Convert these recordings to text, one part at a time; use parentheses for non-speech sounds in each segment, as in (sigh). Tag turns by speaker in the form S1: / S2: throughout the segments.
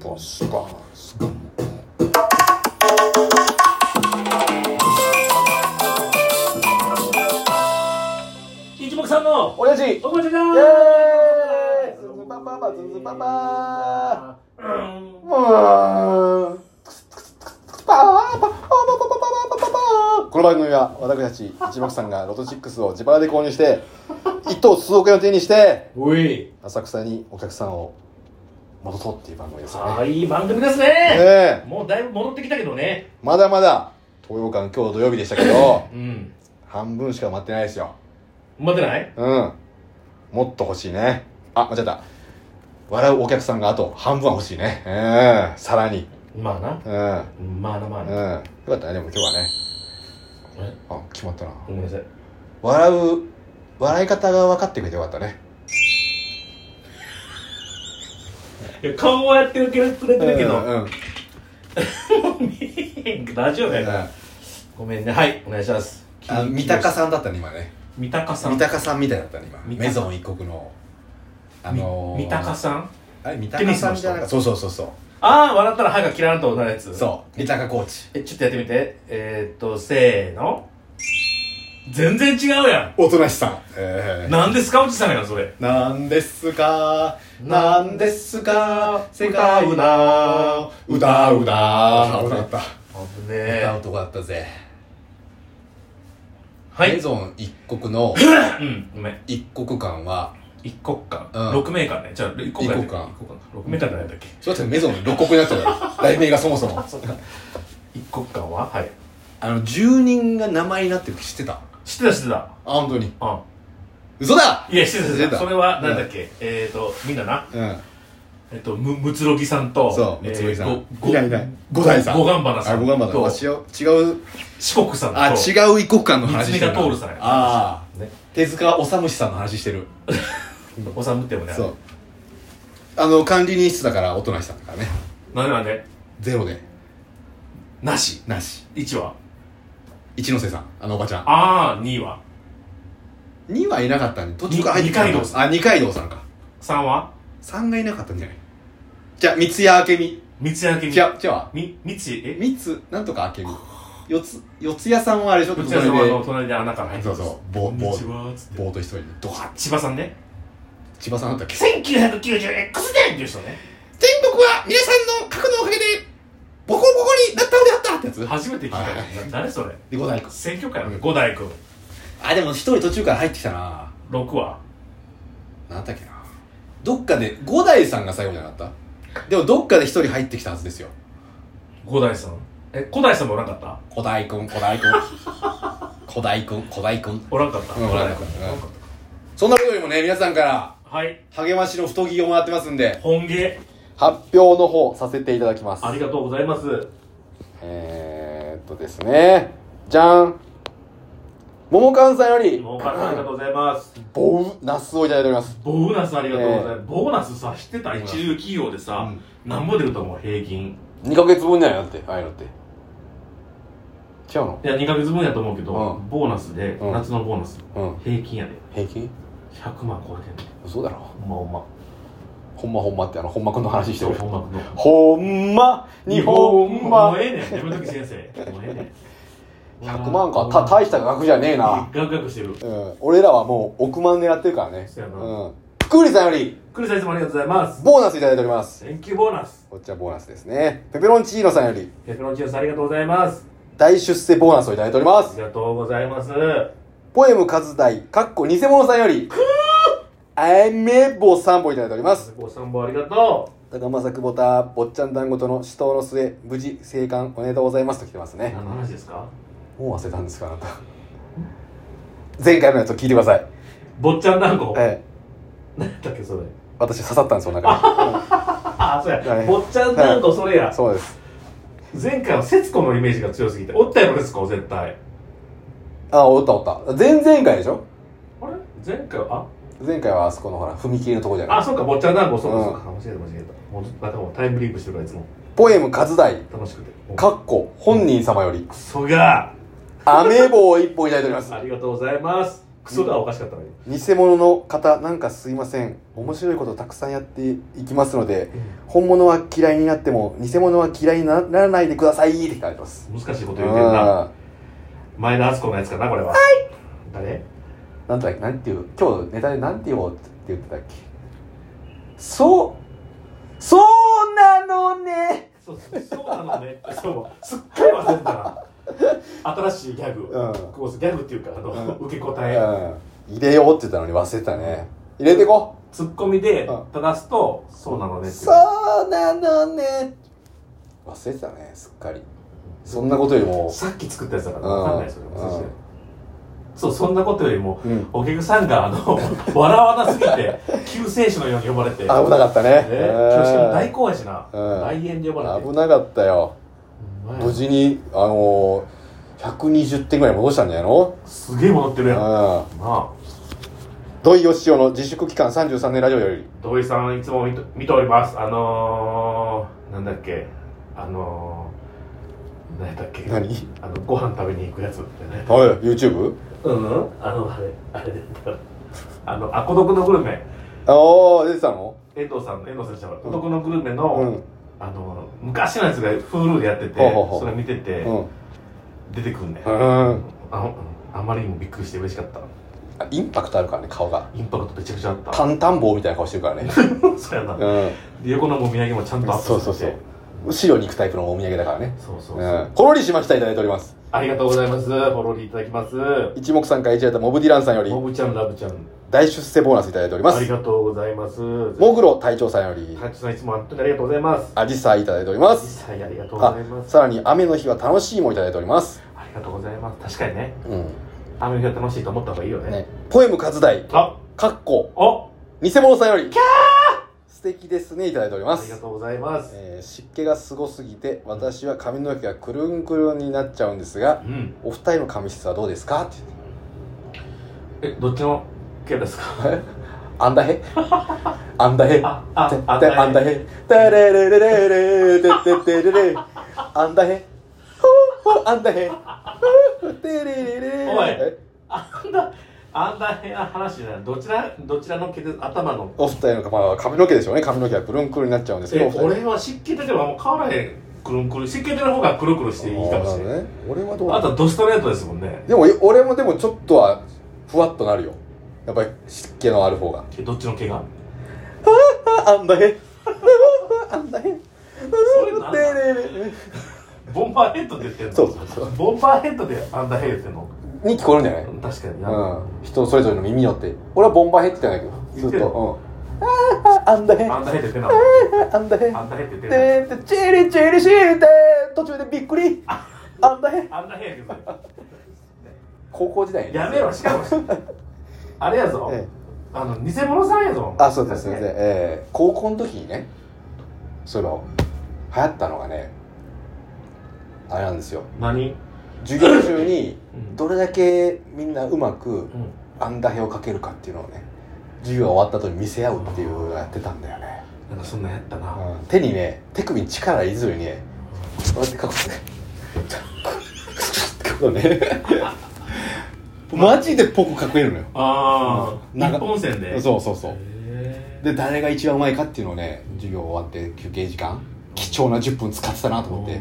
S1: ポンスポンスポン
S2: 一目さんの
S1: 親父イエーイ
S2: おもちゃだ
S1: ズズパパパズズパパ
S2: うん
S1: もうパーパパパパパパパパこの番組は私たち一目さんがロト6を自腹で購入して一等数億円を手にして
S2: おい
S1: 浅草にお客さんを戻そうっていう番組ですよ
S2: あ
S1: ね
S2: あいい番組ですね
S1: ええ
S2: もうだいぶ戻ってきたけどね
S1: まだまだ東洋館今日土曜日でしたけど
S2: うん
S1: 半分しか待ってないですよ
S2: 待ってない
S1: うんもっと欲しいねあ間違った笑うお客さんがあと半分は欲しいねええさらに
S2: まあな
S1: うんうん
S2: まあなまあ
S1: うん
S2: な
S1: よかったねでも今日はね
S2: え
S1: あ決まったな
S2: ごめんなさい
S1: 笑う笑い方が分かってくれてよかったね
S2: いや顔はやってるけどくれてるけ
S1: うんう
S2: ど
S1: んうん
S2: ラジオやからごめんねはいお願いします
S1: あ三鷹さんだったね今ね
S2: 三鷹さん
S1: 三鷹さんみたいだったね今
S2: 三鷹
S1: メゾン一国のあ
S2: み
S1: のー
S2: 三鷹さん
S1: あれ三
S2: テ
S1: 鷹
S2: ニス
S1: さ
S2: の
S1: ん
S2: 人
S1: じゃなくそうそうそうそ
S2: ああ笑ったら歯が切らんとなるやつ
S1: うそう三鷹コーチ
S2: えちょっとやってみてえー、っとせーの全然違うや
S1: おとなしさんえ
S2: ん
S1: え
S2: 何ですかおじさんやんそれ
S1: なんですかなんですか世界
S2: 歌う
S1: な
S2: な
S1: 歌うな
S2: あ
S1: 歌った
S2: あぶ
S1: 歌う
S2: ね
S1: とこだったぜ
S2: は
S1: メ
S2: い
S1: ゾン一国 (laughs) の
S2: うんごめん
S1: 一国間は
S2: 一国間、
S1: うん
S2: 六名間ねじゃあ一国間やって
S1: 一国間
S2: 一国間六名間じゃないんだっけ
S1: そうだってメゾン六国になっちゃうよ題名がそもそも
S2: 一国間ははい
S1: あの住人が名前になってる知ってたあ
S2: 知ってた知ってた
S1: 本当に
S2: あ
S1: 嘘だ
S2: いや知ってた知
S1: 知っ
S2: ってて
S1: た
S2: たそれはなんだっけ、えー、っとみんなな
S1: うん
S2: えっと、む、むつろぎさんと、
S1: そう
S2: えー
S1: むつろぎさん
S2: ご、
S1: いないいない五
S2: ご、
S1: 代さん
S2: ごがんばなさ
S1: あ
S2: ん
S1: ご
S2: と。
S1: めんまだあ違う違う
S2: 四国さんと。
S1: あ違う異国間の話してる
S2: 三つ目が徹さんや
S1: ああ
S2: ね。
S1: 手塚治虫さんの話してる
S2: おさむってもね。
S1: そうあの管理人室だからおとなしさんだからね
S2: なんでなんで
S1: ゼロで
S2: なし。
S1: なし
S2: 一は
S1: 一ノ瀬さんあのおばちゃん
S2: あー、二は
S1: 2はいなかったんで途中から入ってきた
S2: に二階堂さ
S1: あ二階堂さんか
S2: 三は
S1: 3がいなかったんじゃないじゃあ三谷明美
S2: 三つ明美。
S1: じゃあじゃあ
S2: み、三つ、え
S1: 三つなんとか明美四つ四谷さんはあれでしょ
S2: 三つ
S1: 隣で
S2: 様の隣で穴から入って
S1: そう
S2: ます。
S1: そうぼ
S2: こん
S1: ぼ
S2: にちは、つって。
S1: ぼーっと一人でドカッ
S2: 千葉さんね。
S1: 千葉さんだったっけ天
S2: 1990X 年っていう人ね。
S1: 国は皆さんの核のおかげでボコボコになったのであったってやつ
S2: 初めて聞いたよ
S1: は。
S2: な誰それ
S1: で五代君
S2: 選挙会の五代君。
S1: あでも一人途中から入ってきたな
S2: 六は
S1: なんだっけなどっかで五代さんが最後じゃなかったでもどっかで一人入ってきたはずですよ
S2: 五代さん。え、五代さんもおらんかった
S1: 古代君古代君 (laughs) 古代君古代君
S2: おらんかった。
S1: うん
S2: おらんかっ
S1: お
S2: た。
S1: ら
S2: おら
S1: ん
S2: ん
S1: か
S2: か
S1: っ
S2: っ
S1: そんなことよりもね皆さんから
S2: たはい。
S1: 励ましの太着をもらってますんで
S2: 本芸。
S1: 発表の方させていただきます
S2: ありがとうございます。
S1: えー、っとですねじゃん桃関さんより
S2: もうかさんありがとうございます。
S1: ボウナスをいただいております
S2: ボーナスありがとうございます。ボーナスさ、知ってた一流企業でさ、何ぼ出ると思う平均。
S1: 2ヶ月分じゃないだってああいうのって違うの
S2: いや、2ヶ月分やと思うけど、
S1: うん
S2: ボーナスで、
S1: うん
S2: 夏のボーナス、
S1: うん
S2: 平均やで。
S1: 平均
S2: 100万超えてんね。
S1: 嘘だろ
S2: ほんまほんま。
S1: ほんまほんまってあのほんまくんの話して
S2: そう、
S1: る
S2: ほんまくんの。
S1: ほんま (laughs) 日本
S2: も
S1: ま
S2: うええねん。山崎先生。もうええねん。
S1: 100万かた大
S2: し
S1: した額じゃねえな、
S2: ガクガクしてる。
S1: うん、俺らはもう億万狙ってるからね
S2: そうやな
S1: うんクーリさんより
S2: クリさんいつもありがとうございます。
S1: ボーナスいただいております
S2: センキューボーナス。
S1: こっちはボーナスですねペペロンチーノさんより
S2: ペペロンチーノさんありがとうございます。
S1: 大出世ボーナスをいただいておりま
S2: あ
S1: す
S2: りがとうございます。
S1: ポエム数大かっこ偽物さんよりあえめぼ3本いただいております
S2: ご参謀ありがと
S1: 高政久保田坊っちゃん団子との死闘の末無事生還おめでとうございますと来てます
S2: う。
S1: ね
S2: 何の話ですか
S1: もう忘れたんですかあなた前回のやつを聞いてください
S2: 坊っちゃん団子。
S1: ええ
S2: 何だっけそれ
S1: 私刺さったんですよ中
S2: ああそう
S1: はい
S2: や坊っちゃんなんとそれ
S1: に
S2: や
S1: そうです
S2: 前回は節子のイメージが強すぎておったよ節子絶対
S1: あおったおった前々回でしょ
S2: あれ前回は
S1: 前回はあそこのほら踏切のとこじゃ
S2: あ
S1: ない
S2: あそうか坊っちゃんなんとそう
S1: う
S2: か
S1: ん
S2: そうか間違えた間違えたもうちょっとなんかもうタイムリープしてるからいつも
S1: ポエム数大
S2: 楽しくて
S1: かっこ本人様より
S2: クソが
S1: アメ棒を1本いただいております
S2: ありがとうございますクソがおかしかったのに。
S1: 偽物の方なんかすいません面白いことたくさんやっていきますので本物は嫌いになっても偽物は嫌いにならないでくださいって書いてます
S2: 難しいこ
S1: う
S2: と
S1: ん
S2: 言ってるな。前田敦子のやつかな、これは。誰
S1: なんだっけなんていう今日ネタでなんて言おうって言ってたっけそうそうなのね
S2: そうそうなのね。そう、すっかり忘れてたな。新しいギャグ。
S1: うん
S2: こうギャグっていうか、あの、
S1: う
S2: 受け答え。
S1: うん入れようって言ったのに忘れてたね入れてこ
S2: ツッコミで
S1: うん
S2: 正すと、そうなのねっていう。
S1: そうなのね忘れてたねすっかりそんなことよりも
S2: さっき作ったやつだから
S1: うん
S2: 分かんないですよね、
S1: うん
S2: マジでそう、そんなことよりも、
S1: うん
S2: お客さんが、あの、
S1: (laughs)
S2: 笑わなすぎて、救世主のように呼ばれて、
S1: 危なかったね
S2: ね、今日しかも大公演やしな、
S1: うん
S2: 大演で呼ばれて
S1: 危、なかったよ
S2: ほんまや
S1: 無事にあのー、120点ぐらい戻したんじゃないの
S2: すげえ戻ってる
S1: う
S2: やん。なあ、
S1: ん土井善雄の自粛期間33年ラジオより
S2: 土井さんいつも見と見ております。あのー、なんだっけ、あのー、何やったっけ、
S1: 何
S2: あの、ご飯食べに行くやつってね。
S1: あれ YouTube?
S2: うんうんあの、あれ、あれだった。 (laughs) あの、あ、孤独のグルメ。
S1: ああ出てたの
S2: 遠藤さんの遠藤さんじゃない孤独のグルメの、
S1: うん
S2: あの昔のやつが Hulu でやってて
S1: ほうほうほう
S2: それ見てて、
S1: うん
S2: 出てくんね、
S1: う
S2: あ
S1: ん
S2: のあまりにもびっくりして嬉しかった
S1: インパクトあるからね顔が
S2: インパクトめちゃくちゃあった
S1: 簡単棒みたいな顔してるから (laughs) ね
S2: そうやな、で
S1: う
S2: 横のもみあげもちゃんと
S1: ん
S2: アップして
S1: そうそうそう後ろに行くタイプのお土産だからね
S2: そうそうそう、
S1: うんほろりしましたいただいております
S2: ありがとうございますフォローいただきます
S1: 一目散会いちらたモブディランさんより
S2: モブちゃんラブちゃん
S1: 大出世ボーナスいただいておりま
S2: あり
S1: す
S2: がとうございます
S1: モグロ隊長さんより
S2: タッチさんいつも本当にありがとうございます
S1: アジサイいただいておりま
S2: 実
S1: す
S2: 際ありがとうご
S1: あ
S2: ざいます
S1: さらに雨の日は楽しいもいただいております
S2: ありがとうございます確かにね
S1: うん
S2: 雨の日は楽しいと思った方がいいよね
S1: ねポエム活大
S2: あ
S1: かっこ
S2: お
S1: 偽物さんより素敵ですねいただいておりま
S2: ありが
S1: す
S2: とうございます、
S1: えー湿気がすごすぎて私は髪の毛がくるんくるんになっちゃうんですが
S2: うん
S1: お二人の髪質はどうですかって言って
S2: えどっちの系ですか
S1: あんだへあんだへ
S2: あ、あ、
S1: 絶
S2: あ、
S1: 対あんだへタレレレレレテテテレレあんだへほうほうあんだへほうテレレレ
S2: おい
S1: え
S2: あんだ、あんだ変な話だ。どちら、どちらの毛で頭の。
S1: お二人の、まあ、髪の毛でしょうね髪の毛がくるんくるんになっちゃうんですけ
S2: え
S1: どお二、人
S2: 俺は湿気だけはもう変わらへん。くるんくるん。湿気の方がくるくるしていいかもしれ
S1: あーなるほど
S2: ない。
S1: ね俺はどう
S2: あとはドストレートですもんね。
S1: でも俺もでもちょっとはふわっとなるよやっぱり湿気のある方が
S2: えどっちの毛が
S1: ああんだへあんだへ
S2: れなんだボンバーヘッドって言ってんの
S1: そうそうそう
S2: ボンバーヘッドであんだ変言ってんの
S1: に聞こえるんじゃない
S2: うん確かにな。
S1: うん人それぞれの耳によって俺はボンバーヘッドじゃないけどずっ
S2: 言ってる
S1: とうんあああんだへ
S2: あんだ変って言ってな。
S1: (laughs) あんだへ
S2: あんだ変って言ってない。
S1: ででチリチリして途中でびっくりあんだへ
S2: あんだ変やけどね。
S1: 高校時代
S2: やめろ、しかも。あれやぞ
S1: ええ。
S2: あの、偽物さんやぞ。
S1: あそうですね、
S2: ね。
S1: えー高校の時にねそういえば流行ったのがねあれなんですよ
S2: 何
S1: 授業中に
S2: うん
S1: どれだけみんなうまく
S2: うん。
S1: アンダヘをかけるかっていうのをね授業が終わった後に見せ合うっていうのをやってたんだよね、
S2: なんかそんなんやったな。
S1: うん手にね手首に力入れずにねこうやってかくねちょっとねマジでポコかけるのよ
S2: ああ、
S1: うんなん
S2: 日
S1: か
S2: 本線で。う
S1: そうそうそう
S2: へ
S1: で誰が一番うまいかっていうのをね授業終わって休憩時間貴重な10分使ってたなと
S2: ー
S1: 思って
S2: おー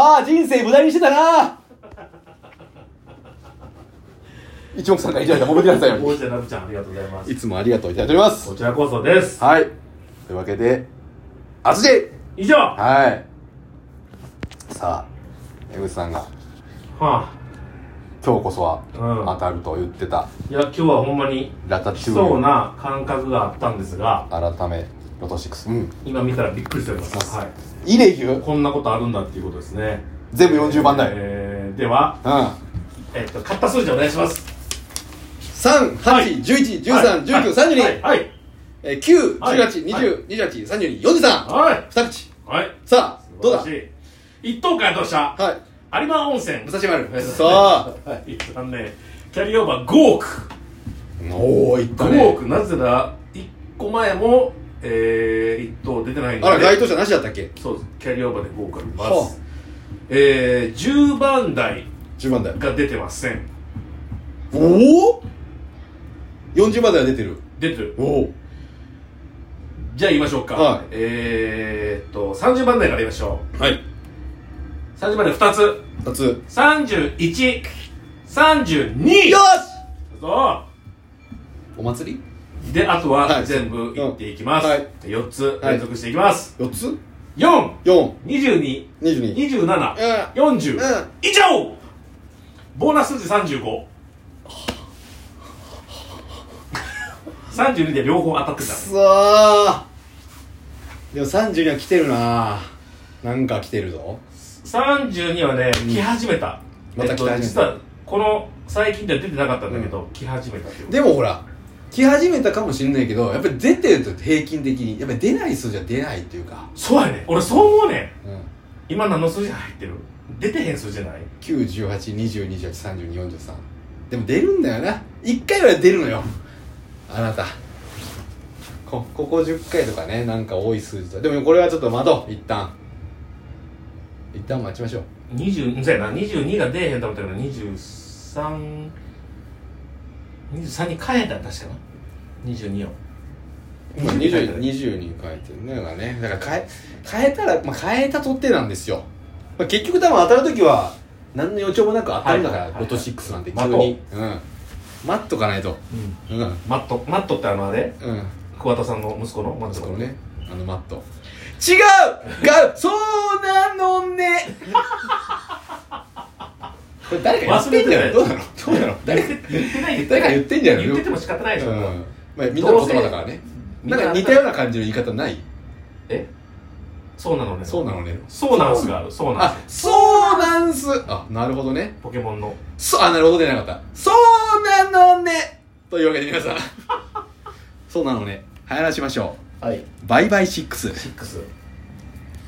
S1: はあ人生無駄にしてたな一目散会いただいたモブディランさんより
S2: 大内田ラブちゃん、ありがとうございま
S1: い
S2: す。
S1: つもありがとういただいております
S2: こちらこそです。
S1: はいというわけであつじ
S2: 以上は
S1: はいさあ江口さんが
S2: あ、
S1: 今日こそは
S2: うん
S1: 当たると言ってた
S2: いや、今日はほんまに、
S1: ラタ
S2: 来
S1: チュ
S2: そう
S1: ー
S2: な感覚があったんですが、
S1: ル改めロト6うん
S2: 今見たらびっくりしております。はい。
S1: イレギュ
S2: こんなことあるんだっていうことですね。
S1: 全部40番台、
S2: えー、では、
S1: うん
S2: えっと、買った数字お願いします。
S1: 3、8、11、
S2: はい
S1: 13、19、
S2: はい。
S1: 32、
S2: はい。
S1: えー9、
S2: はい
S1: 18、20、28、32、43、
S2: はい。
S1: 2口。
S2: はい。
S1: さあ、どうだ
S2: 素晴らしい一等回答者、
S1: はい。
S2: 有馬温泉。
S1: 武蔵丸。さ
S2: はい。一番ね、キャリーオーバー5億。
S1: あ。おお、いった
S2: 5
S1: ね。
S2: 億、なぜなら1個前も、えー、1等出てないので
S1: あら、該当者なしだったっけ
S2: そうですキャリーオーバーで5億あります、
S1: はあ
S2: えー、10番台
S1: ?10 番台。
S2: が出てません
S1: おお40までは出てる
S2: 出てる
S1: おお
S2: じゃあ言いましょうか、
S1: はい
S2: えー、っと30番台から言いましょ
S1: はい。
S2: う30番台2つ
S1: 二つ。よ
S2: 3132
S1: し
S2: そ
S1: お祭り
S2: うであとは
S1: はい
S2: 全部いっていきます、
S1: うんはい
S2: 4つ
S1: はい
S2: 連続していきます、
S1: 四つ
S2: 4
S1: 四
S2: 22
S1: 二十二。
S2: 2740
S1: ううん
S2: 以上ボーナス数字35 32で両方当たって
S1: く
S2: た
S1: そーでも30には来てるななんか来てるぞ。
S2: 32はね来始めた、
S1: また来始めた
S2: えっと実はこの最近では出てなかったんだけど、来始めたっていう
S1: でもほら、来始めたかもしんないけど、やっぱり出てると平均的に、やっぱり出ない数じゃ出ないっていうか。
S2: そうやね俺そう思うねん
S1: うん。
S2: 今何の数字入ってる出てへん数字じゃない
S1: 9、18、20、28、32、43。でも出るんだよな。1回は出るのよ。あなた。こ、ここ10回とかね、なんか多い数字だ。でもこれはちょっと待とう、一旦。一旦待ちましょう。
S2: 20そうやな22が出えへんと思ったけど2323に変えたら確かな22を
S1: 今20 20に変えてるねだからねだから変え変えたら、まあ、変えたとってなんですよ、まあ、結局多分当たる時は何の予兆もなく当たるんだから、
S2: はいはい
S1: ロト6なんて急
S2: 待とう
S1: に、うん、待っとかないと
S2: うん
S1: うんうん
S2: マットマットってあのあれ桑田さんの息子のマッ
S1: そ
S2: ト
S1: このねあのマット違うがそうなのね (laughs) これ誰か言ってんだよどう
S2: 忘
S1: なのどうなの誰か
S2: 言ってない言って
S1: 誰
S2: な
S1: か
S2: い
S1: 言ってんじゃないの
S2: 言ってても仕方ないでしょ、
S1: うん
S2: もう
S1: まあ、みんなの言葉だからね
S2: ど
S1: な
S2: うせ
S1: んか似たような感じの言い方ない
S2: えそうなのね
S1: そうなのね
S2: そうなんすがあるそうなん
S1: あ
S2: す、
S1: そうなんす。あ、なるほどね。
S2: ポケモンの
S1: そう、あ、なるほどでなかった。そうなのね。というわけで皆 (laughs) さん。そうなのね。流行らしましょ。
S2: はいう
S1: バイバイシックス。
S2: 6